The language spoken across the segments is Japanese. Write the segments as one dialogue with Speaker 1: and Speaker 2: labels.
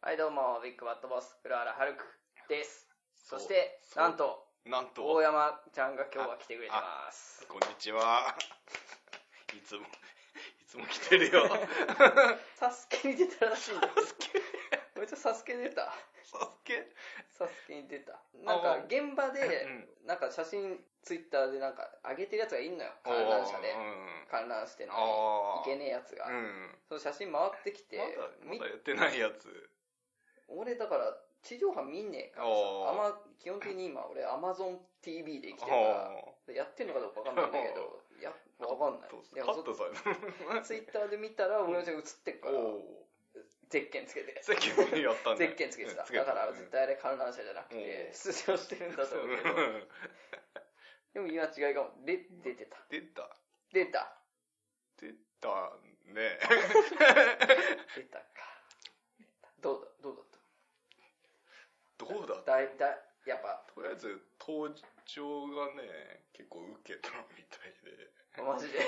Speaker 1: はい、どうも、ビッグバットボス、浦原春久です。
Speaker 2: そう
Speaker 1: そして、
Speaker 2: そう
Speaker 1: なんと、
Speaker 2: なんと、
Speaker 1: 大山ちゃんが今日は来てくれてます。
Speaker 2: こんにちは。 いつも、い つも来てる よ。
Speaker 1: サスケに出たらしいんだけど。こいつサスケ出た。
Speaker 2: サスケ
Speaker 1: サスケに出た。なんか、現場で、なんか写真、ツイッターでなんか、上げてるやつがいんのよ。観覧車で
Speaker 2: う。ん
Speaker 1: 観覧してんの
Speaker 2: あー
Speaker 1: に。いけねえやつが。
Speaker 2: うん。
Speaker 1: その写真回ってきて、
Speaker 2: ま
Speaker 1: み
Speaker 2: だ、まだやってないやつ。
Speaker 1: 俺だから、地上波見ねえからさ、
Speaker 2: おー
Speaker 1: あま、基本的に今俺 AmazonTV で生きてるから、
Speaker 2: あ
Speaker 1: やってんのかどうかわかんないんだけ ど、いや、わかんない。
Speaker 2: そう
Speaker 1: で
Speaker 2: カ
Speaker 1: も
Speaker 2: ットされた。
Speaker 1: ツイッターで見たら、俺の写真映ってるから、
Speaker 2: お
Speaker 1: ゼッケンつけて
Speaker 2: ー。ゼッケンやったん
Speaker 1: ゼ
Speaker 2: だ。
Speaker 1: ッケンつけてた。
Speaker 2: つ
Speaker 1: だから、絶対あれ観覧車じゃなく
Speaker 2: お
Speaker 1: て
Speaker 2: う、
Speaker 1: 出場してるんだと思うけど。
Speaker 2: うん
Speaker 1: でも今違いかも。で、出てた。
Speaker 2: 出た。
Speaker 1: 出た。
Speaker 2: 出たね。
Speaker 1: 出たか。出たどうだ、どうだっ
Speaker 2: どうだ
Speaker 1: ただい、だい、やっぱ、
Speaker 2: とりあえず、登場がね、結構受けたみたいで。
Speaker 1: マジ で。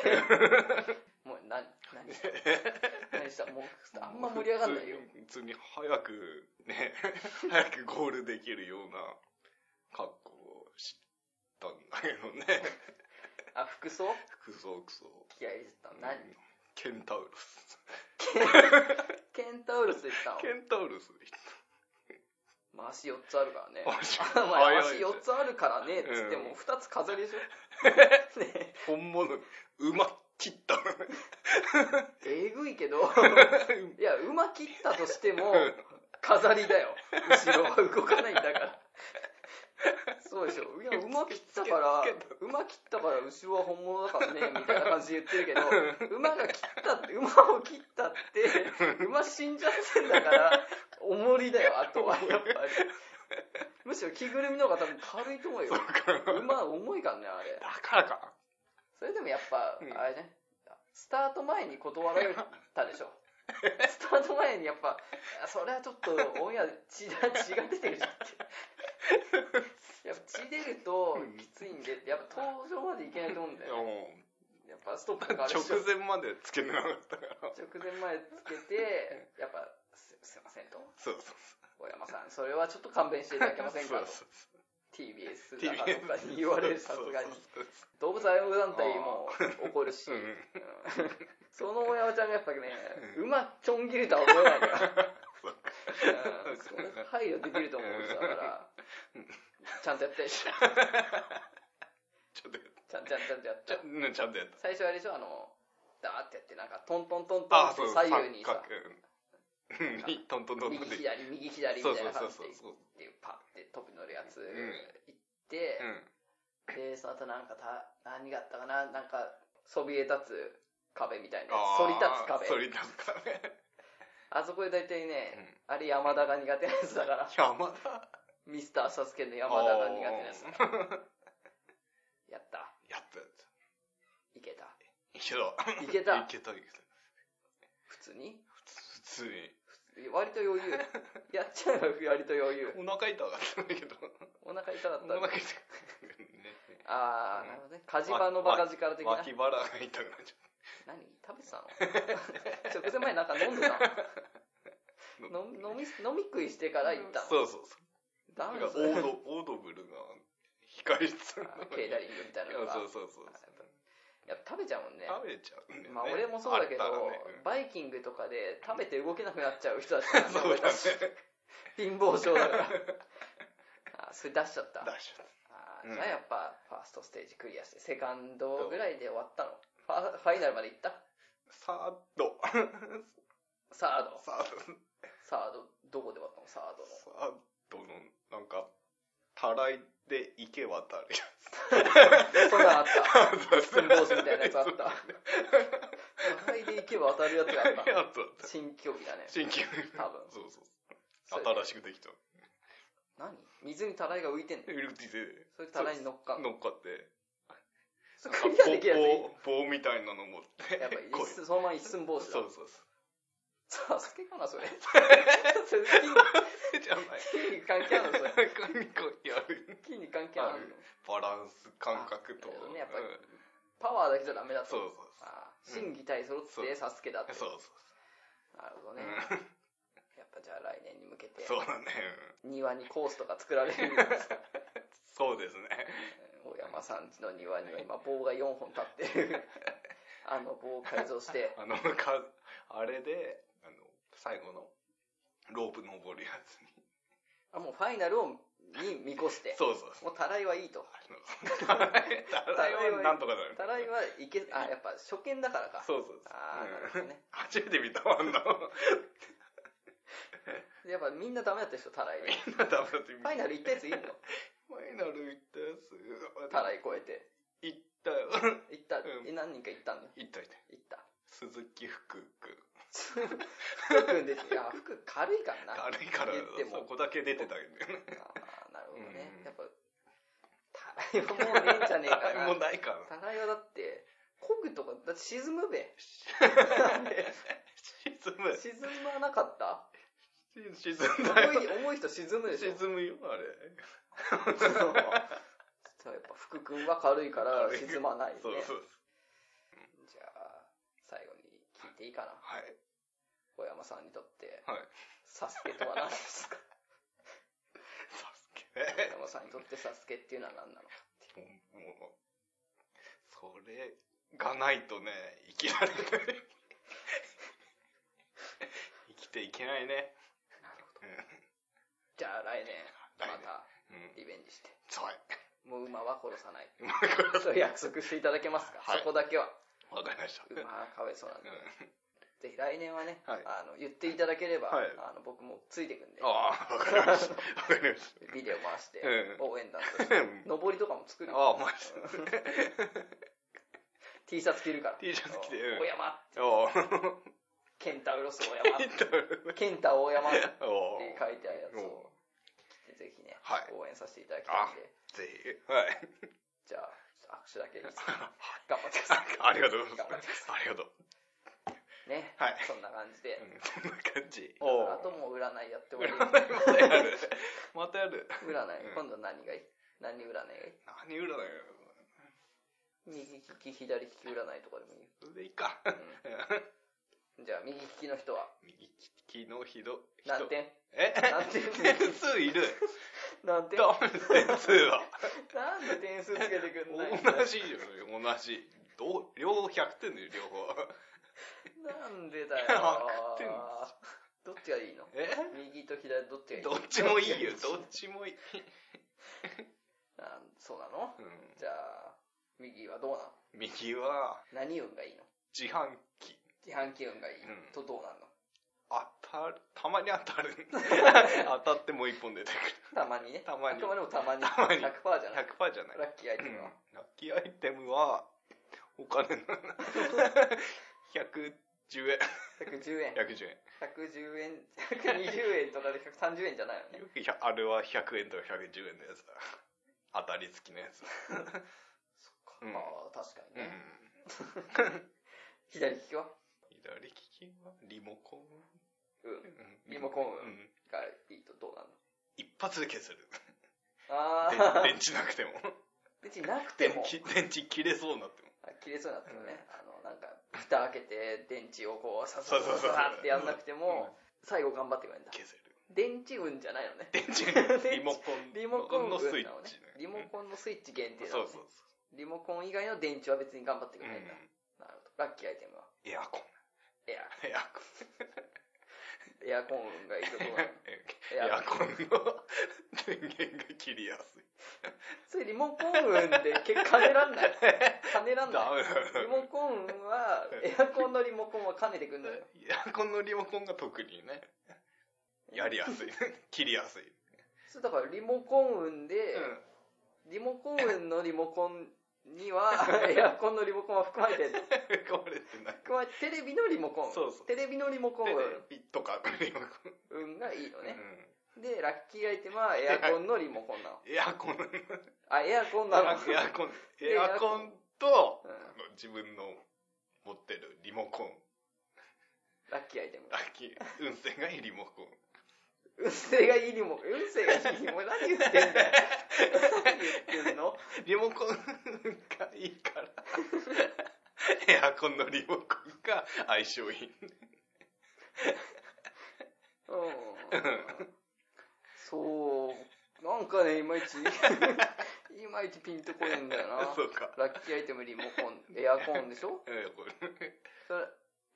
Speaker 1: もう、な、何した何したもう、あんま盛り上がんないよ。
Speaker 2: 普通に普通に早くね 早くゴールできるような格好をしたんだけどね
Speaker 1: あ、服装
Speaker 2: クソクソ
Speaker 1: 気合い入れてたの。何
Speaker 2: ケンタウルス
Speaker 1: ケンタウルスでしたの
Speaker 2: ケ。ンタウルス
Speaker 1: まあ、足4つあるからね。 お前
Speaker 2: 足
Speaker 1: 足4つあるからねっつって
Speaker 2: うん
Speaker 1: も2つ飾 りでしょ、ね
Speaker 2: 本物馬切った
Speaker 1: ええぐいけ ど
Speaker 2: うん
Speaker 1: いや馬切ったとしても飾りだよ後ろは動かないんだからそうでしょいや馬切ったから馬切ったから後ろは本物だからねみたいな感じで言ってるけど馬が切ったって馬を切ったって馬死んじゃってんだから重りだよあとはやっぱりむしろ着ぐるみの方が多分軽いと思うよ馬重いからねあれ
Speaker 2: だからか
Speaker 1: それでもやっぱ、
Speaker 2: うん
Speaker 1: あれね、スタート前に断られた でしょ。スタート前にやっぱ、あそれはちょっとオンエアで血だ血が出てるじゃんって。やっぱ血出るときついんで、やっぱ登場までいけないと思うんだ
Speaker 2: いや
Speaker 1: よ。
Speaker 2: も
Speaker 1: やっぱストッ
Speaker 2: う
Speaker 1: プがある
Speaker 2: 直
Speaker 1: し、直
Speaker 2: 前までつけてなかったから
Speaker 1: 前までつけて、やっぱ、すすいませんと。
Speaker 2: そうそう
Speaker 1: 大山さん、それはちょっと勘弁していただけませんか
Speaker 2: そう
Speaker 1: と。
Speaker 2: そう
Speaker 1: TBS だからとかに
Speaker 2: TBS
Speaker 1: 言われる、さすがに
Speaker 2: そう。そうそう
Speaker 1: 動物愛護団体も怒るし
Speaker 2: う、ん
Speaker 1: うんその親御ちゃんがやっぱね、うまちょん切れとは思えないから。
Speaker 2: そう
Speaker 1: うんそれ配慮できると思う人だから、ちゃんとやったでしょ。
Speaker 2: ちょっと
Speaker 1: ちゃんちゃんちゃんとやっ
Speaker 2: ち
Speaker 1: た
Speaker 2: ゃ。うんちゃんとやった
Speaker 1: 最初あれでしょ、あの、ダーってやって、なんかトントントントン
Speaker 2: あ
Speaker 1: っ
Speaker 2: そう
Speaker 1: て左右にさ
Speaker 2: 三、角うんにトントントン
Speaker 1: 右
Speaker 2: トンって
Speaker 1: 左、右左みた
Speaker 2: そう
Speaker 1: い
Speaker 2: そう
Speaker 1: な
Speaker 2: そ
Speaker 1: 感
Speaker 2: う
Speaker 1: じ
Speaker 2: そう
Speaker 1: で
Speaker 2: そう
Speaker 1: っていうパッて飛び乗るやつ行
Speaker 2: ん
Speaker 1: って、
Speaker 2: う
Speaker 1: で、その後なんかた、何があったかな、なんか、そびえ立つ壁みたいなやつ、
Speaker 2: ん
Speaker 1: 反り立つ壁
Speaker 2: そ。り立つ壁
Speaker 1: あそこで大体
Speaker 2: うん
Speaker 1: ね、あれ山田が苦手なやつだ から。
Speaker 2: 山田
Speaker 1: ミスターサスケの山田が苦手なやつだ。やった。
Speaker 2: やったやつ
Speaker 1: いけた。
Speaker 2: いけた
Speaker 1: いけた
Speaker 2: いけたいけた
Speaker 1: 普通に
Speaker 2: 普通に
Speaker 1: 割と余 裕。やっちゃえば割と余裕。
Speaker 2: お腹痛かったんだけど
Speaker 1: お腹痛かっ
Speaker 2: お
Speaker 1: た。
Speaker 2: 腹痛かったね
Speaker 1: あー、
Speaker 2: うん
Speaker 1: なるほどね。カジバのバカ力的な。
Speaker 2: 脇腹が痛くなっちゃ
Speaker 1: 何食べてたの 直前前なんか飲んでた の飲み飲み飲み食いしてから行った
Speaker 2: う
Speaker 1: の。
Speaker 2: そうそうそう
Speaker 1: ダ
Speaker 2: な
Speaker 1: メ
Speaker 2: ん
Speaker 1: だよ
Speaker 2: か
Speaker 1: そ
Speaker 2: オ
Speaker 1: れ
Speaker 2: ードオードブルが控室の
Speaker 1: あ
Speaker 2: 中
Speaker 1: ー
Speaker 2: に
Speaker 1: ケータリングみたいなのが。
Speaker 2: そうそうそう
Speaker 1: やっぱ食べちゃうもんね。
Speaker 2: 食べちゃうんだよね
Speaker 1: まあ俺もそうだけど、
Speaker 2: あったらねうん
Speaker 1: バイキングとかで食べて動けなくなっちゃう人だったからね
Speaker 2: そうだね。
Speaker 1: 貧乏症だ から。あ、それ出しちゃった。あ
Speaker 2: しちゃっ
Speaker 1: ーじゃあやっぱ、ファーストステージクリアして、セカンドぐらいで終わったの。ファファイナルまで行った
Speaker 2: たサード。
Speaker 1: サード。
Speaker 2: サード。
Speaker 1: サード、どこで終わったのサード の。
Speaker 2: サードの、なんか、たらいで池渡るや
Speaker 1: そんなんあった。
Speaker 2: つ。
Speaker 1: 寸法師みたいなやつあ った。互いで行けば当たるやつがあった。
Speaker 2: やつあった。
Speaker 1: 新競技だね。
Speaker 2: 新規
Speaker 1: 多分
Speaker 2: そうそう。
Speaker 1: それ
Speaker 2: 新しくできた。
Speaker 1: 何水にたらいが浮いてんの
Speaker 2: ウルティで
Speaker 1: それたらいに乗っかんの
Speaker 2: 乗っかって。
Speaker 1: それクリアできるや
Speaker 2: 棒棒棒みたいなの持って。
Speaker 1: つやっぱ
Speaker 2: こ
Speaker 1: 一寸、そのまま一寸
Speaker 2: う
Speaker 1: 法師だ
Speaker 2: そ。うそう そ
Speaker 1: サスケかな、それ。 それ
Speaker 2: う。 じゃない。
Speaker 1: 筋筋肉関係あるのそ れ。
Speaker 2: やる
Speaker 1: 筋肉関係あるの
Speaker 2: バランス感覚と
Speaker 1: あだよ。ねやっぱ
Speaker 2: う
Speaker 1: り
Speaker 2: ん
Speaker 1: パワーだけじゃダメだと。
Speaker 2: そうそう
Speaker 1: あー心技体揃っ
Speaker 2: そ
Speaker 1: て
Speaker 2: う
Speaker 1: サスケだって。
Speaker 2: そう。そう
Speaker 1: なるほど
Speaker 2: そう。
Speaker 1: ね。
Speaker 2: うん
Speaker 1: やっぱじゃあ来年に向
Speaker 2: そうだね。
Speaker 1: 庭にコースとか作られるように
Speaker 2: うんそうですね。
Speaker 1: 大山さん家の庭には今棒が4本立って るあの棒を改造して
Speaker 2: あの、か、あれで、あの、最後の、ロープ登るやつに。
Speaker 1: あもうファイナルをに見越して
Speaker 2: そうそう そう。
Speaker 1: もうたらいはいいと
Speaker 2: あの、たらいはなんとかなる。
Speaker 1: たらいはいけあやっぱ初見だからか
Speaker 2: そうそうそう。
Speaker 1: あーなるほどね
Speaker 2: うん初めて見たわ、あんな。
Speaker 1: やっぱみんなダメだったでしょたらいで
Speaker 2: みんなダメだって
Speaker 1: ファイナル行ったやついんの
Speaker 2: ファイナル行ったやつ。
Speaker 1: たらい超えて
Speaker 2: 行ったよ。
Speaker 1: 行った、
Speaker 2: うん
Speaker 1: え何人か行ったの
Speaker 2: 行った行った。
Speaker 1: 行った
Speaker 2: 鈴木福君。
Speaker 1: 福君ですい や服軽いからなあ
Speaker 2: 軽いから
Speaker 1: 言って、も
Speaker 2: そこだけ出てたけどね。
Speaker 1: ーなるほどね、
Speaker 2: うん
Speaker 1: やっぱたらいはもうねえんじゃねえかな
Speaker 2: もうないか
Speaker 1: た
Speaker 2: ら。
Speaker 1: らいはだってこぐとかだって沈む べ
Speaker 2: 沈む。
Speaker 1: 沈まなかった
Speaker 2: 沈んだよ
Speaker 1: 重い。重い人沈むでしょ
Speaker 2: 沈むよ、あれ。
Speaker 1: そうやっぱ福君は軽いから沈まないよね
Speaker 2: そうそう。
Speaker 1: じゃあ最後に聞いていいかな
Speaker 2: はい。
Speaker 1: 小山さんにとって
Speaker 2: はい。
Speaker 1: サスケとは何です か
Speaker 2: サスケ
Speaker 1: 小
Speaker 2: ね。
Speaker 1: 山さんにとってサスケっていうのは何なの
Speaker 2: もう、もうそれがないとね、生きられない。生きていけないね。
Speaker 1: なるほどじゃあ来年また
Speaker 2: うん。うん。
Speaker 1: リベンジして
Speaker 2: そう。
Speaker 1: もう馬は殺さない
Speaker 2: まあこれ
Speaker 1: と約束していただけますか、
Speaker 2: はい
Speaker 1: そこだけは
Speaker 2: わかりました。
Speaker 1: 馬はかわいそうなん
Speaker 2: う
Speaker 1: で
Speaker 2: ん。
Speaker 1: ぜひ来年はね、
Speaker 2: はい
Speaker 1: あの言っていただければ、
Speaker 2: はい
Speaker 1: あの僕もついていくんで
Speaker 2: ああ、わかりました。わかりまし
Speaker 1: ビデオ回して
Speaker 2: う
Speaker 1: 応援団と して
Speaker 2: た。うん
Speaker 1: 上りとかも作るよ
Speaker 2: ああ、マジで。
Speaker 1: T シャツ着るから
Speaker 2: T シャツ着て
Speaker 1: うん
Speaker 2: うん
Speaker 1: 大山
Speaker 2: おお。
Speaker 1: ケンタウロス大山ケンタ大山って
Speaker 2: おお。
Speaker 1: 書いてあるやつを
Speaker 2: お
Speaker 1: 着てぜひね、
Speaker 2: はい
Speaker 1: 応援させていただきたいんで
Speaker 2: ぜひ。はい。
Speaker 1: じゃあ握手だけいいですか頑張ってくだ さい
Speaker 2: ありがとうござい
Speaker 1: 頑張
Speaker 2: ま
Speaker 1: ってくだ
Speaker 2: す。ありがとう。
Speaker 1: さいね、
Speaker 2: はい
Speaker 1: そんな感じで、
Speaker 2: うんそんな感じ。
Speaker 1: あともう占いやってもらい
Speaker 2: またやる。またやる。
Speaker 1: 占い、
Speaker 2: うん
Speaker 1: 今度何がいい何占いがいい
Speaker 2: 何占いよ。
Speaker 1: 右利き左利き占いとかでもいいよ、
Speaker 2: それでいいか。
Speaker 1: ううんじゃあ右利きの人は
Speaker 2: 右利きのひど、人
Speaker 1: 何点
Speaker 2: え
Speaker 1: 何点
Speaker 2: 点数いる
Speaker 1: 何点
Speaker 2: ダメ点数は。
Speaker 1: なんで点数つけてくんない
Speaker 2: 同じよ、同じ。どう両方100点だよ、両方。
Speaker 1: なんでだよ
Speaker 2: わかってん
Speaker 1: どっちがいいの
Speaker 2: え
Speaker 1: 右と左どっちがいい
Speaker 2: どっちもい いよ、どっちもいい。
Speaker 1: なんそうなの
Speaker 2: うん
Speaker 1: じゃあ右はどうなの
Speaker 2: 右は、
Speaker 1: 何運がいいの
Speaker 2: 自販機。
Speaker 1: 自販機運がいい
Speaker 2: うん
Speaker 1: とどうなの
Speaker 2: 当たる、たまに当たる。 当たってもう一本出てくる。
Speaker 1: たまにね
Speaker 2: たまに
Speaker 1: あくまでもたまに
Speaker 2: たまに
Speaker 1: 100%じゃない
Speaker 2: 100%じゃない。
Speaker 1: ラッキーアイテムは
Speaker 2: うん ラッキーアイ テムは、お金の、110円。
Speaker 1: 110円
Speaker 2: 110円。
Speaker 1: 110円120円とかで130円じゃないよね
Speaker 2: よくひゃあれは100円とか110円のやつだ。当たり付きのやつだ。
Speaker 1: そっか、
Speaker 2: うん
Speaker 1: まあ確か
Speaker 2: う
Speaker 1: に
Speaker 2: ん
Speaker 1: ね、。左利きは
Speaker 2: 左利きはリモコン、
Speaker 1: うん
Speaker 2: うん
Speaker 1: リモコン
Speaker 2: うん
Speaker 1: がいいとどうなの
Speaker 2: 一発で消せる。
Speaker 1: あ
Speaker 2: で
Speaker 1: あ
Speaker 2: 電池なくて も。
Speaker 1: 別になくて
Speaker 2: 電
Speaker 1: も
Speaker 2: 池、電池切れそうになっても。
Speaker 1: あ切れそうになってもね、あのなんか蓋開けて電池をこうささ
Speaker 2: そうそう
Speaker 1: さ
Speaker 2: そう
Speaker 1: さってやんなくても、最後頑張ってくれるんだ
Speaker 2: 消せる。
Speaker 1: 電池運じゃないのね
Speaker 2: 電池、リモコン
Speaker 1: リモコン運
Speaker 2: の
Speaker 1: な
Speaker 2: ス
Speaker 1: のね
Speaker 2: イッチね。
Speaker 1: リモコンのスイッチ限定
Speaker 2: う
Speaker 1: な
Speaker 2: んそ
Speaker 1: の
Speaker 2: う
Speaker 1: ね
Speaker 2: そうそ
Speaker 1: リモコン以外の電池は別に頑張ってく
Speaker 2: う。う
Speaker 1: れないんだ、
Speaker 2: ん
Speaker 1: なるほどラッキーアイテムは
Speaker 2: エアコン。
Speaker 1: エア
Speaker 2: エアコン。
Speaker 1: エアコ ン運がいいところなの
Speaker 2: エアコンの電源が切りやすい。
Speaker 1: それリモコン運で結果ねらんない兼ねらんない
Speaker 2: ダメ
Speaker 1: リモコンはエアコンのリモコンは兼ねてくんの
Speaker 2: だ
Speaker 1: よ
Speaker 2: よ。エアコンのリモコンが特にね、やりや すい。切りやすい。
Speaker 1: それだからリモコン運で、リモコン運のリモコンに はエアコンのリモコンは含まれてる
Speaker 2: 壊れてない。
Speaker 1: 含まれてテレビのリモコン
Speaker 2: そうそう
Speaker 1: テレビのリモコン
Speaker 2: テ
Speaker 1: 運
Speaker 2: レビとかのリモコン。
Speaker 1: 運がいいの
Speaker 2: う
Speaker 1: ね、
Speaker 2: ん
Speaker 1: でラッキーアイテムはエアコンのリモコ ンなの
Speaker 2: エアコンの、
Speaker 1: あエアコンなの
Speaker 2: エアコン、
Speaker 1: で
Speaker 2: エアコンと、
Speaker 1: うん
Speaker 2: あの自分の持ってるリモコン。
Speaker 1: ラッキーアイテム
Speaker 2: ラッキー運勢がいいリモコン。
Speaker 1: 運勢がいいリモコン運勢がいいリモコン何言ってんだよ 何言ってんの
Speaker 2: リモコンがいい から、エアコンのリモコンが相性いい。
Speaker 1: うんそうなんかねいまい ちいまいちピンとこねえんだよな
Speaker 2: そうか。
Speaker 1: ラッキーアイテムリモコンエアコンでしょ
Speaker 2: えーこれ
Speaker 1: それ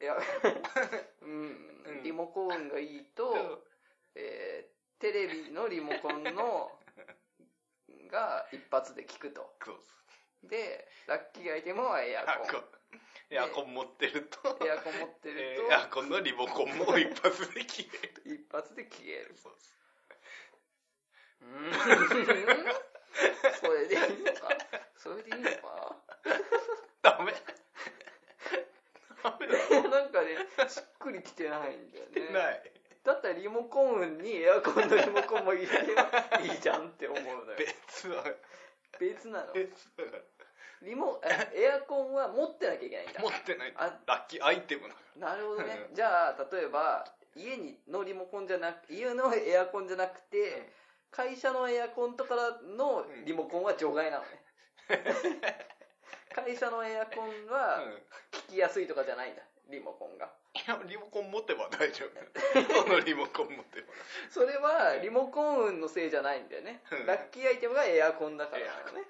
Speaker 1: エア うんリモコンがいいと、えーテレビのリモコンのが一発で効くと
Speaker 2: そう
Speaker 1: でラッキーアイテムはエ
Speaker 2: エ
Speaker 1: ア
Speaker 2: ア
Speaker 1: コン
Speaker 2: コン。エアコン持ってると、
Speaker 1: エアコン持ってる
Speaker 2: えーエアコンのリモコンも一発で消える。
Speaker 1: と一発で消える
Speaker 2: そうです
Speaker 1: うーんそれでいいのかそれでいいのか
Speaker 2: ダメ。ダメだ。
Speaker 1: なんかねしっくりきてないんだよね
Speaker 2: ない。
Speaker 1: だったらリモコンにエアコンのリモコンも入れればいいじゃんって思うのよ
Speaker 2: 別は、
Speaker 1: 別なの
Speaker 2: 別は、
Speaker 1: リモえエアコンは持ってなきゃいけないんだ
Speaker 2: 持ってない。
Speaker 1: あ
Speaker 2: ラッキーアイテムだか
Speaker 1: なるほどねじゃあ例えば家にのリモコンじゃなく家のエアコンじゃなくて、
Speaker 2: うん
Speaker 1: 会社のエアコンとかのリモコンは除外なのね、 会社のエアコン
Speaker 2: ら。
Speaker 1: は
Speaker 2: うん。
Speaker 1: 聞きやすいとかじゃないんだリモコンが
Speaker 2: いや、リモコン持てば大丈夫。どのリモコン持てば。
Speaker 1: それはリモコン運のせいじゃないんだよね
Speaker 2: うん
Speaker 1: ラッキーアイテムがエアコンだからなのね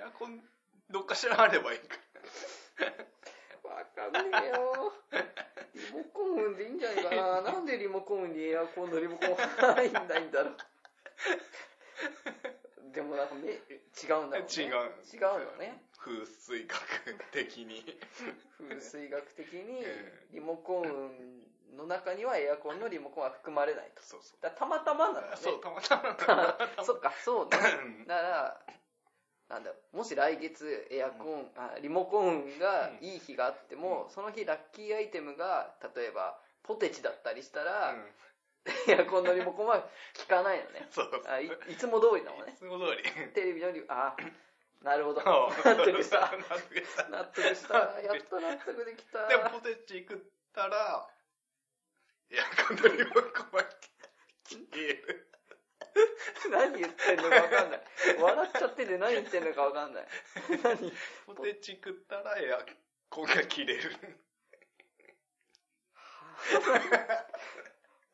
Speaker 2: エアコン、どっかしらあればいいか
Speaker 1: わかんねえ よリモコン運でいいんじゃないかななんでリモコン運にエアコンのリモコンは入んないんだろうでもなんかめ違うんだ
Speaker 2: ら。
Speaker 1: ろう、ね、
Speaker 2: 違
Speaker 1: 違
Speaker 2: う。
Speaker 1: うのね。
Speaker 2: 風水学的に。
Speaker 1: 風水学的 に
Speaker 2: え
Speaker 1: リモコンの中にはエアコンのリモコンは含まれないと
Speaker 2: そうそう。
Speaker 1: だからたまたまなのね
Speaker 2: そう、たまたま。
Speaker 1: そっかそうね
Speaker 2: うん
Speaker 1: ならなんだろうもし来月エアコン、あリモコンがいい日があっても、その日ラッキーアイテムが例えばポテチだったりしたら、
Speaker 2: うん
Speaker 1: エアコンのリモコンは効かないのね
Speaker 2: そうそう。
Speaker 1: あいいつも通りなのね
Speaker 2: その通り。
Speaker 1: テレビのリあなるほど
Speaker 2: ああ
Speaker 1: 納得した
Speaker 2: 納得した
Speaker 1: 納得 したやっと納得できた
Speaker 2: でもポテチ食ったら、エアコンのリモコンは消える。
Speaker 1: 何言ってんのか分かんない 笑っちゃってて何言ってんのか分かんない何
Speaker 2: ポテチ食ったらエアコンが切れる。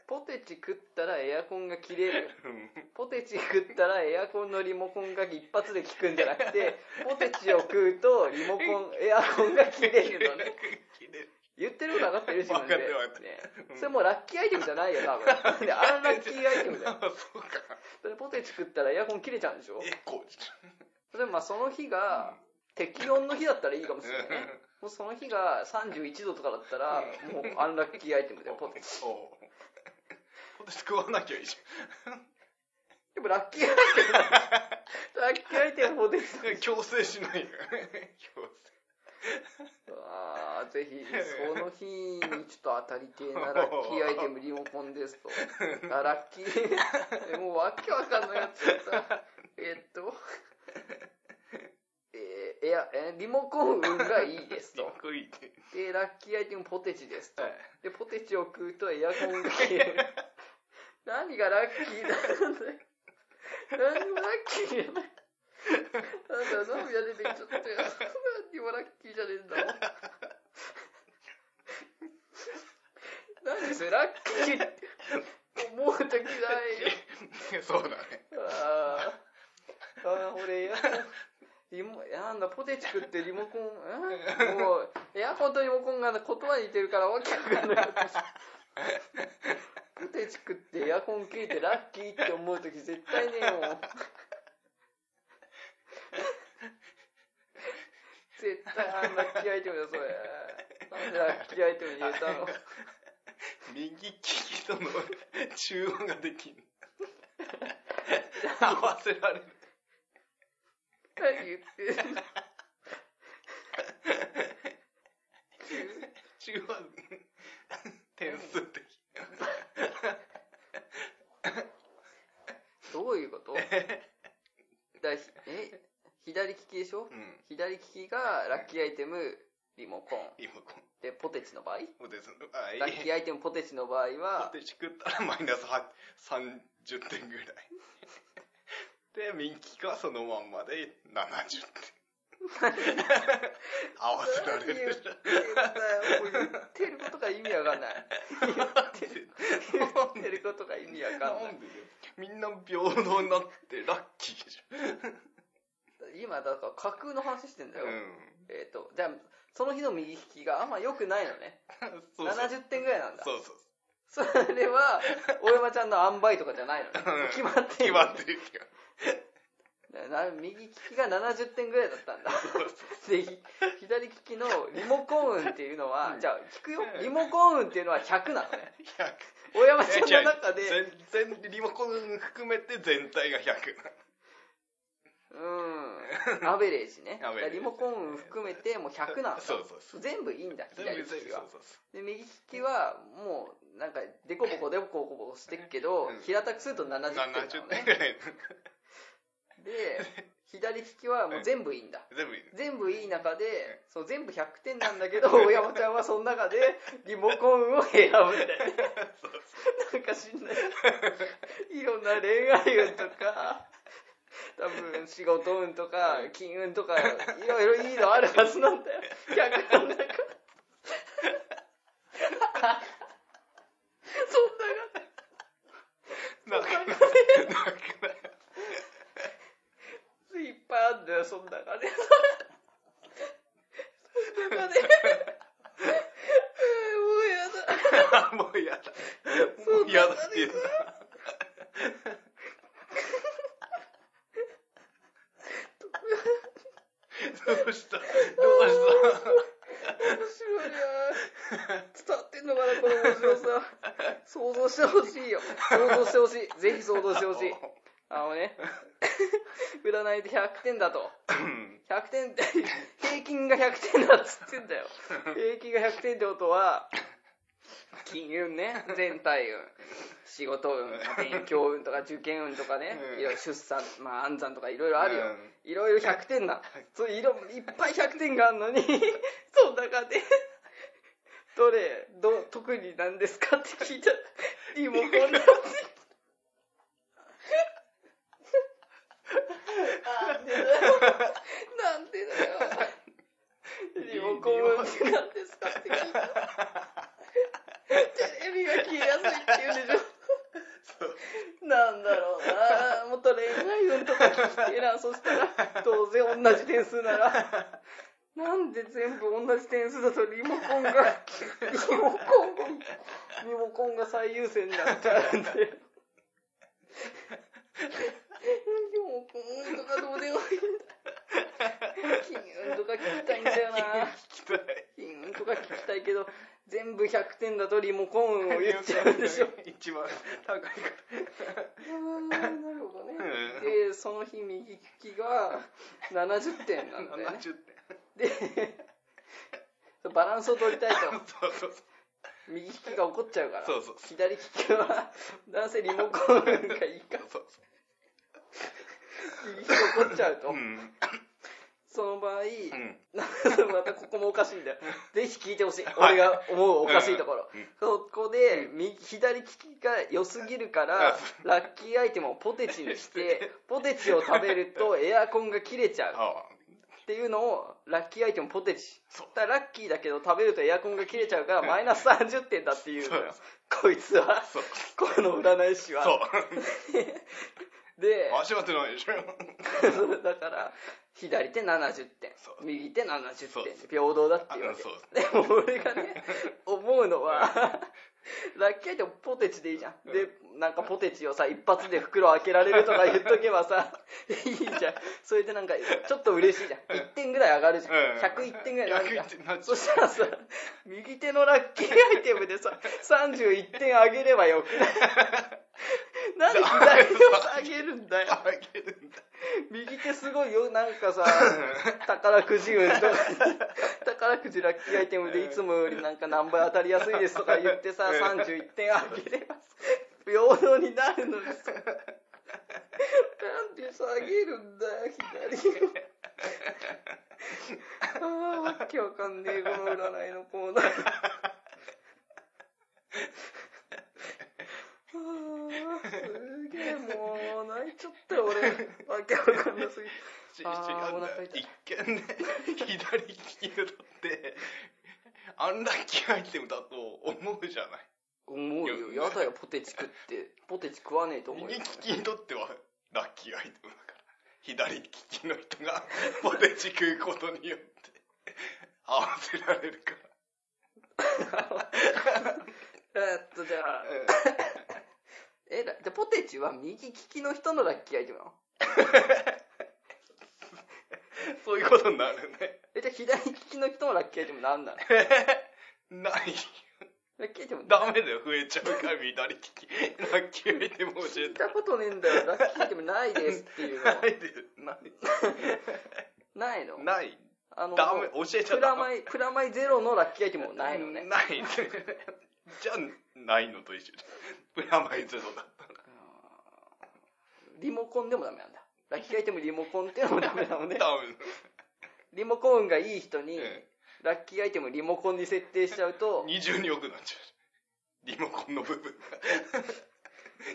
Speaker 1: ポテチ食ったらエアコンが切れる
Speaker 2: うん
Speaker 1: ポテチ食ったらエアコンのリモコンが一発で効くんじゃなくて ポテチを食うとリモコンエアコンが切れるの ね
Speaker 2: 切れる。
Speaker 1: 言ってること分かってる自分で、
Speaker 2: 分かってる
Speaker 1: ね
Speaker 2: う、ん
Speaker 1: それもうラッキーアイテムじゃないよ多分 でアンラッキーアイテムだよ
Speaker 2: ああそうか。
Speaker 1: それポテチ食ったらエアコン切れちゃうんでしょ
Speaker 2: え、こう。
Speaker 1: それまあその日が適温の日だったらいいかもしれないねもうその日が31度とかだったらもうアンラッキーアイテムだよポテチ
Speaker 2: チ。おうポテチ食わなきゃいいじ
Speaker 1: でもラッキーアイテムだ ラッキーアイテムも出て
Speaker 2: ゃん。強制しないよね。強
Speaker 1: た。ああ、ぜひ、その日にちょっと当たり系なラッキーアイテムリモコンですと。あラッキー。もうわけわかんないやつだった。えっと、えー、いや、えーリモコン運がいいです
Speaker 2: 制。
Speaker 1: と。
Speaker 2: かっこいいね。
Speaker 1: で、ラッキーアイテムポテチですと
Speaker 2: はい。
Speaker 1: で、ポテチを食うとエアコンが消える。何がラッキーなんだよ。何もラッキーじゃない。なんだよ、涙出てきちゃったよ。何にもラッキーじゃねえんだもん。何それ、ラッキーって思うときないよ。
Speaker 2: そうだね。
Speaker 1: あーあー、俺、エアコン、リモ、なんだ、ポテチ食ってリモコン、 んもう、エアコンとリモコンが言葉に似てるからわけわかんない。 ポテチ食ってエアコン切れてラッキーって思うとき絶対ねえ もん。絶対あんなラッキーアイテムだ、それ。なんでラッキーアイテムに入れたの
Speaker 2: 右利きとの中音ができん。 合わせられる。
Speaker 1: 何言ってんの
Speaker 2: 中音は点数 的。
Speaker 1: どういうことだひえ左利きでしょ
Speaker 2: うん。
Speaker 1: 左利きがラッキーアイテムリモコン
Speaker 2: リモコン。
Speaker 1: でポテチの場合
Speaker 2: ポテチの、あ、
Speaker 1: ラ
Speaker 2: い
Speaker 1: ッ
Speaker 2: い
Speaker 1: キーアイテムポテチの場合は
Speaker 2: ポテチ食ったらマイナスは30点ぐらい。で、右利きはそのまんまで70点。 合わせら
Speaker 1: 何
Speaker 2: れ
Speaker 1: 言ってんだよ
Speaker 2: る。
Speaker 1: もう言ってることが意味わかんない言ってる言ってることが意味わかん
Speaker 2: なんでだよみんな平等になってラッキーじ
Speaker 1: ない今だから架空の話してんだ
Speaker 2: ゃん。
Speaker 1: よ、
Speaker 2: う
Speaker 1: えっ、とじゃあその日の右利きがあんま良くないのね
Speaker 2: ん。そうそう。
Speaker 1: 70点ぐらいなんだ
Speaker 2: そうそう。
Speaker 1: それは大山ちゃんの塩梅とかじゃないのね
Speaker 2: うん
Speaker 1: 決まって
Speaker 2: 決
Speaker 1: る
Speaker 2: まってる気が。
Speaker 1: な右利きが70点ぐらいだったんだ
Speaker 2: そうそう
Speaker 1: でひ左利きのリモコン運っていうのは、
Speaker 2: うん
Speaker 1: じゃあ聞くよ
Speaker 2: うん
Speaker 1: リモコン運っていうのは100なのね
Speaker 2: 100
Speaker 1: 大山ちゃんの中で
Speaker 2: 全全リモコン含めて全体が100
Speaker 1: うんアベレージね
Speaker 2: アベレージ
Speaker 1: リモコン運含めてもう100なの
Speaker 2: そうそうそう
Speaker 1: 全部いいんだ
Speaker 2: 全
Speaker 1: 左利
Speaker 2: 部全
Speaker 1: き
Speaker 2: 部そ
Speaker 1: は
Speaker 2: うそうそ
Speaker 1: で右利きはもうなんかデコボコデコボコしてっけど、
Speaker 2: うん
Speaker 1: 平たくすると70点なの
Speaker 2: う70
Speaker 1: ね
Speaker 2: 点ぐらい
Speaker 1: で左利きはもう全部いいんだ、
Speaker 2: 全部いい
Speaker 1: 全部いい中で、そう全部100点なんだけど、大山ちゃんはその中でリモコンを選ぶんだよね。なんか知んない。いろんな恋愛運とか、多分仕事運とか、金運とか、いろいろいいのあるはずなんだよ。100の中。そ
Speaker 2: なんか
Speaker 1: んなが、
Speaker 2: なんか
Speaker 1: いっぱいあんだよ、そんながね。そんなが ね。もうやだ。
Speaker 2: もう嫌だ
Speaker 1: そ
Speaker 2: も
Speaker 1: ん
Speaker 2: う
Speaker 1: な
Speaker 2: 嫌だっていうなどうしたどうした
Speaker 1: 面白いな伝わってんのかな、この面白さ。想像してほしいよ。想像してほしい。ぜひ想像してほしい。あのね、占いで100点だと。
Speaker 2: うん
Speaker 1: 100点って、平均が100点だっつって んだよ。平均が100点ってことは、金運ね、全体運、仕事運、勉強運とか受験運とかね、
Speaker 2: うん
Speaker 1: いろいろ出産、まあ安産とかいろいろあるよ。
Speaker 2: うん
Speaker 1: いろいろ100点な。そういろ、いっぱい100点があるのに、 その中で、どれ、ど、特に何ですかって聞いたら、リモコンだって。なんでだよ。なんでだよ。リモコンって何ですかって聞いたら、テレビが消えやすいって言うんでしょ。
Speaker 2: そう
Speaker 1: なんだろうなもっと恋愛運とか聞きてえな。そしたら、どうせ同じ点数なら。なんで全部同じ点数だとリモコンが、リモコンが、リモコンが最優先になっちゃうんだよ。リモコンとかどうでもいいんだ。金運とか聞きたいんだよな
Speaker 2: 聞きたい
Speaker 1: 金運とか聞きたいけど、全部100点だとリモコン運を言っちゃうんでしょ。
Speaker 2: 一番高いから
Speaker 1: あーなるほどね
Speaker 2: う。
Speaker 1: で、その日右利きが70点なんだよね。
Speaker 2: 70点
Speaker 1: で、 バランスを取りたいと。
Speaker 2: そうそうそう
Speaker 1: 右利きが怒っちゃうから。
Speaker 2: そうそうそ
Speaker 1: 左利きは、男性リモコンがいいから、
Speaker 2: そう
Speaker 1: 右利きが怒っちゃうと。
Speaker 2: うん
Speaker 1: その場合、
Speaker 2: うん
Speaker 1: またここもおかしいんだよ。ぜひ聞いてほしい。俺が思うおかしいところ。そこで、右左利きが良すぎるから、ラッキーアイテムをポテチに して、ポテチを食べるとエアコンが切れちゃう。
Speaker 2: ああ
Speaker 1: っていうのをラッキーアイテムポテチ
Speaker 2: そう
Speaker 1: だからラッキーだけど食べるとエアコンが切れちゃうからマイナス30点だっていうのよこいつは
Speaker 2: そう
Speaker 1: この占い師は
Speaker 2: そう
Speaker 1: で
Speaker 2: 足はってないでしょ
Speaker 1: そう だから左手70点
Speaker 2: そう
Speaker 1: 右手70
Speaker 2: そう
Speaker 1: 点平等だっていうわ
Speaker 2: そう
Speaker 1: けでも俺がね思うのはラッキーアイテムポテチでいいじゃんでなんかポテチをさ一発で袋開けられるとか言っとけばさ いいじゃんそれでなんかちょっと嬉しいじゃん1点ぐらい上がるじゃん101点ぐらいになるじゃん
Speaker 2: 101点になっちゃ
Speaker 1: そうしたらさ、右手のラッキーアイテムでさ、31点あげればよく ないなんで左手をさあげるんだよ。
Speaker 2: あげるんだ
Speaker 1: 右手すごいよ、なんかさ、宝くじ 運とか、宝くじラッキーアイテムでいつもよりなんか何倍当たりやすいですとか言って さ、31点あげればさ、平等になるのにさ、なんで下げるんだよ、左を。 ああ、わけわかんねえ、この占いのコー ナー。あーすげえもう泣いちゃったよ俺わけわかんなすぎて
Speaker 2: ち違
Speaker 1: あー
Speaker 2: うん
Speaker 1: お
Speaker 2: だ
Speaker 1: 腹
Speaker 2: よ
Speaker 1: 痛い
Speaker 2: 一見ね左利きだってアンラッキーアイテムだと思うじゃない
Speaker 1: 思うよ。やだよ、ポテチ食って。ポテチ食わねえと思う
Speaker 2: 右
Speaker 1: よ
Speaker 2: 利。きにとってはラッキーアイテムだから左利きの人がポテチ食うことによって合わせられるか
Speaker 1: えーっと、じゃあ
Speaker 2: ら、
Speaker 1: えら、じゃあポテチは右利きの人のラッキーアイテムなの
Speaker 2: そういうことになるね
Speaker 1: え、じゃあ左利きの人のラッキーアイテムなんなの
Speaker 2: ない
Speaker 1: ラッキーアイテム
Speaker 2: ダメだよ増えちゃうから左利きラッキーアイテム教え
Speaker 1: 聞い
Speaker 2: て
Speaker 1: たことねえんだよ。ラッキーアイテムないですっていう
Speaker 2: な
Speaker 1: の。
Speaker 2: いでな
Speaker 1: ないの
Speaker 2: いない
Speaker 1: あの、
Speaker 2: ダメ教えちゃ
Speaker 1: プ
Speaker 2: ダ
Speaker 1: ラ
Speaker 2: メ
Speaker 1: マイ、プラマイゼロのラッキーアイテムもないのね。
Speaker 2: ないねじゃあないのと一緒じゃんプラマイゼロだ
Speaker 1: リモコンでもダメなんだ。ラッキーアイテムリモコンっていうのもダメなのね
Speaker 2: ダ。メ
Speaker 1: リモコンがいい人に、
Speaker 2: え
Speaker 1: ラッキーアイテムリモコンに設定しちゃうと、
Speaker 2: 二重に良くなっちゃうリモコンの部分が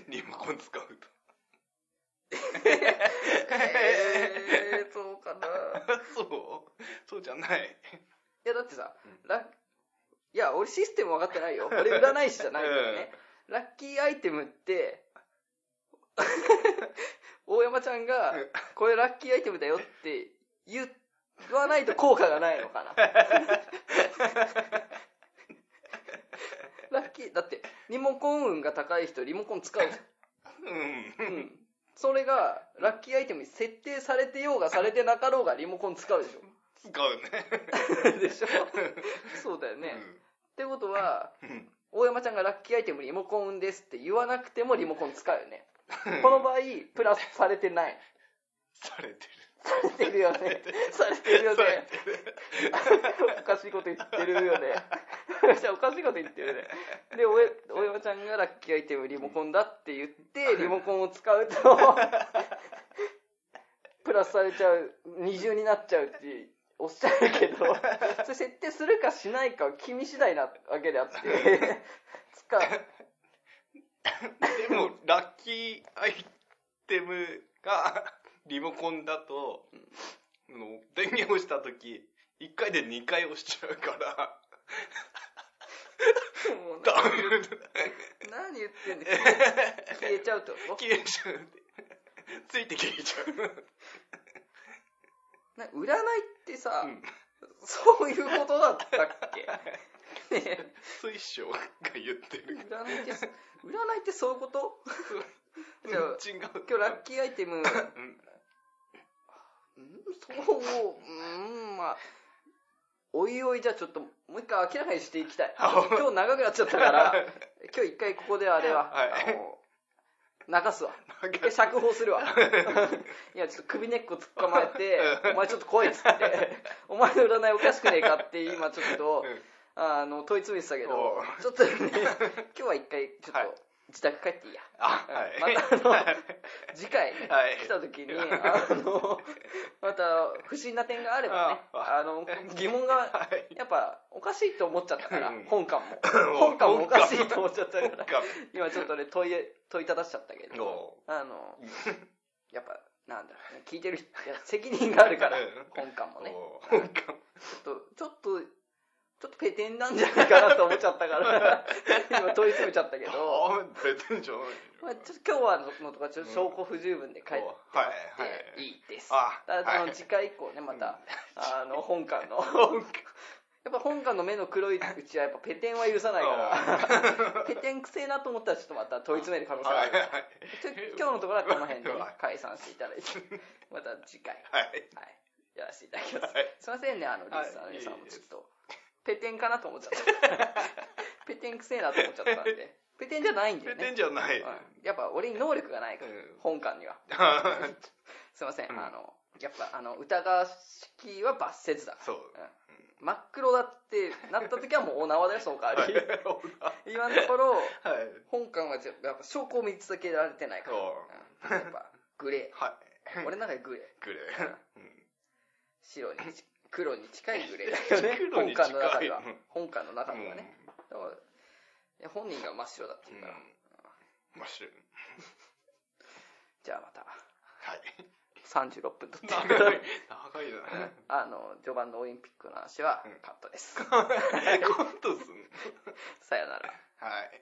Speaker 2: リモコン使うと
Speaker 1: えー、 そうかな。
Speaker 2: そうそうじゃない
Speaker 1: いや、だってさ、ラいや、俺システム分かってないよ。俺占い師じゃないからね。ラッキーアイテムって、 大山ちゃんが、これラッキーアイテムだよって言言わないと効果がないのかな。ラッキー、だって、リモコン運が高い人、リモコン使うじ
Speaker 2: う
Speaker 1: ゃん。うんん。それが、ラッキーアイテムに設定されてようがされてなかろうがリモコン使うでし
Speaker 2: 使う
Speaker 1: ょ。 でしょそうだよね。
Speaker 2: ね
Speaker 1: ってことは、
Speaker 2: うんうん
Speaker 1: 大山ちゃんがラッキーアイテムリモコンですって言わなくてもリモコン使うよね。この場合、プラスされてない。
Speaker 2: されてる
Speaker 1: されてるよね。されてるよね
Speaker 2: さ。れてる
Speaker 1: おかしいこと言ってるよね。 じゃあおかしいこと言ってるね。で、おえ大山ちゃんがラッキーアイテムリモコンだって言って、リモコンを使うと、 プラスされちゃう、二重になっちゃうっておっしゃるけ ど、それ設定するかしないかは君次第なわけであって、 使う。
Speaker 2: でもラッキーアイテムがリモコンだと、あの電源をした時1回で2回押しちゃうから
Speaker 1: もう
Speaker 2: ダメ
Speaker 1: 何言ってんだよ消えちゃうと
Speaker 2: 消えちゃうついて消えちゃう
Speaker 1: な占いってさ、
Speaker 2: うん
Speaker 1: そういうことだったっ け、ねえ
Speaker 2: 水晶が言ってる
Speaker 1: 占いって占いってそういうこと
Speaker 2: うん
Speaker 1: じゃあ
Speaker 2: 違う
Speaker 1: 今日ラッキーアイテムうん
Speaker 2: うん
Speaker 1: そううんまあおいおいじゃあちょっともう一回明らかにしていきたい
Speaker 2: あ
Speaker 1: 今日長くなっちゃったから 今日一回ここであれは、
Speaker 2: はい
Speaker 1: あの流すわ
Speaker 2: なん
Speaker 1: 一回
Speaker 2: か
Speaker 1: 釈放する わ。いや、ちょっと首根っこ突っ込まれて、お前ちょっと来いっつって、お前の占いおかしくねえかって今ちょっと、あの、問い詰めてたけど
Speaker 2: おう、
Speaker 1: ちょっとね、今日は一回ちょっ
Speaker 2: はい
Speaker 1: と自宅帰っていいや。
Speaker 2: あはい
Speaker 1: またあの
Speaker 2: はい
Speaker 1: 次回
Speaker 2: はい
Speaker 1: 来た時 に、あの、また不審な点があればね、
Speaker 2: あ
Speaker 1: あの、疑問が、
Speaker 2: はい
Speaker 1: やっぱおかしいと思っちゃったから
Speaker 2: うん、
Speaker 1: 本 館も。
Speaker 2: ん
Speaker 1: 本館もおかしいと思っちゃったか
Speaker 2: なん
Speaker 1: ら、
Speaker 2: か
Speaker 1: 今ちょっとね、問い、問いただしちゃったけど。
Speaker 2: ど
Speaker 1: あの、やっぱ、なんだろうね、聞いてる人、いや責任があるから
Speaker 2: うん、
Speaker 1: 本館も
Speaker 2: う
Speaker 1: ね。
Speaker 2: お本館
Speaker 1: ちょっと、ちょっと、ちょっとペテンなんじゃないかなと思っちゃったから、 今問い詰めちゃった けど、
Speaker 2: あ別にじゃない
Speaker 1: まあ、ちょっと今日はのとかちょっと証拠不十分で帰っ
Speaker 2: はいは
Speaker 1: て
Speaker 2: い
Speaker 1: いいです。
Speaker 2: あ
Speaker 1: だからあ
Speaker 2: は
Speaker 1: の
Speaker 2: い
Speaker 1: 次回以降ね、また、あ の、本館の、
Speaker 2: 本館
Speaker 1: やっぱ本館の目の黒いうちはやっぱペテンは許さないから、ペテンくせえなと思ったらちょっとまた問い詰める可能性があ
Speaker 2: は
Speaker 1: る
Speaker 2: い
Speaker 1: か
Speaker 2: は
Speaker 1: ら。ちょ今日のところはこの辺でね、
Speaker 2: はい
Speaker 1: 解散していただいて、また次回、
Speaker 2: い
Speaker 1: はい、やらせていただきます。
Speaker 2: はい
Speaker 1: すいませんね、あの、リスナーの皆さん
Speaker 2: は
Speaker 1: も
Speaker 2: い
Speaker 1: ちょっと、ペテンかなと思っちゃっ た。ペテンくせえなと思っちゃったんで、ペテンじゃないんだよ
Speaker 2: ペテン
Speaker 1: ね。
Speaker 2: じゃない
Speaker 1: うん、やっぱ俺に能力がないから、
Speaker 2: うん
Speaker 1: 本館には。
Speaker 2: はい
Speaker 1: すいません、
Speaker 2: うん
Speaker 1: あの、やっぱあの、疑わしきは罰せずだ。
Speaker 2: そう
Speaker 1: 真っ黒だってなった時はもうお縄だよ、そうか
Speaker 2: は
Speaker 1: わ
Speaker 2: い
Speaker 1: り。 今のところ、
Speaker 2: はい
Speaker 1: 本館はちょやっぱ証拠を見つけられてないから、
Speaker 2: そう
Speaker 1: うんやっぱグレ
Speaker 2: はい
Speaker 1: ー。俺の中でグレー。
Speaker 2: くれ
Speaker 1: 白 にち黒に近いグレーだよね
Speaker 2: 黒
Speaker 1: 本
Speaker 2: に近い
Speaker 1: 館の中では
Speaker 2: うん
Speaker 1: 本館の中
Speaker 2: うん
Speaker 1: ではね、だからいや本人が真っ白だって
Speaker 2: う
Speaker 1: 言うんから、
Speaker 2: 面白い
Speaker 1: じゃあまた
Speaker 2: はい
Speaker 1: 36分とって
Speaker 2: 長い。
Speaker 1: いうこと で
Speaker 2: 長いな。
Speaker 1: あの序盤のオリンピックの話は
Speaker 2: うん
Speaker 1: カットです、
Speaker 2: コントっすね。
Speaker 1: さよなら
Speaker 2: はい。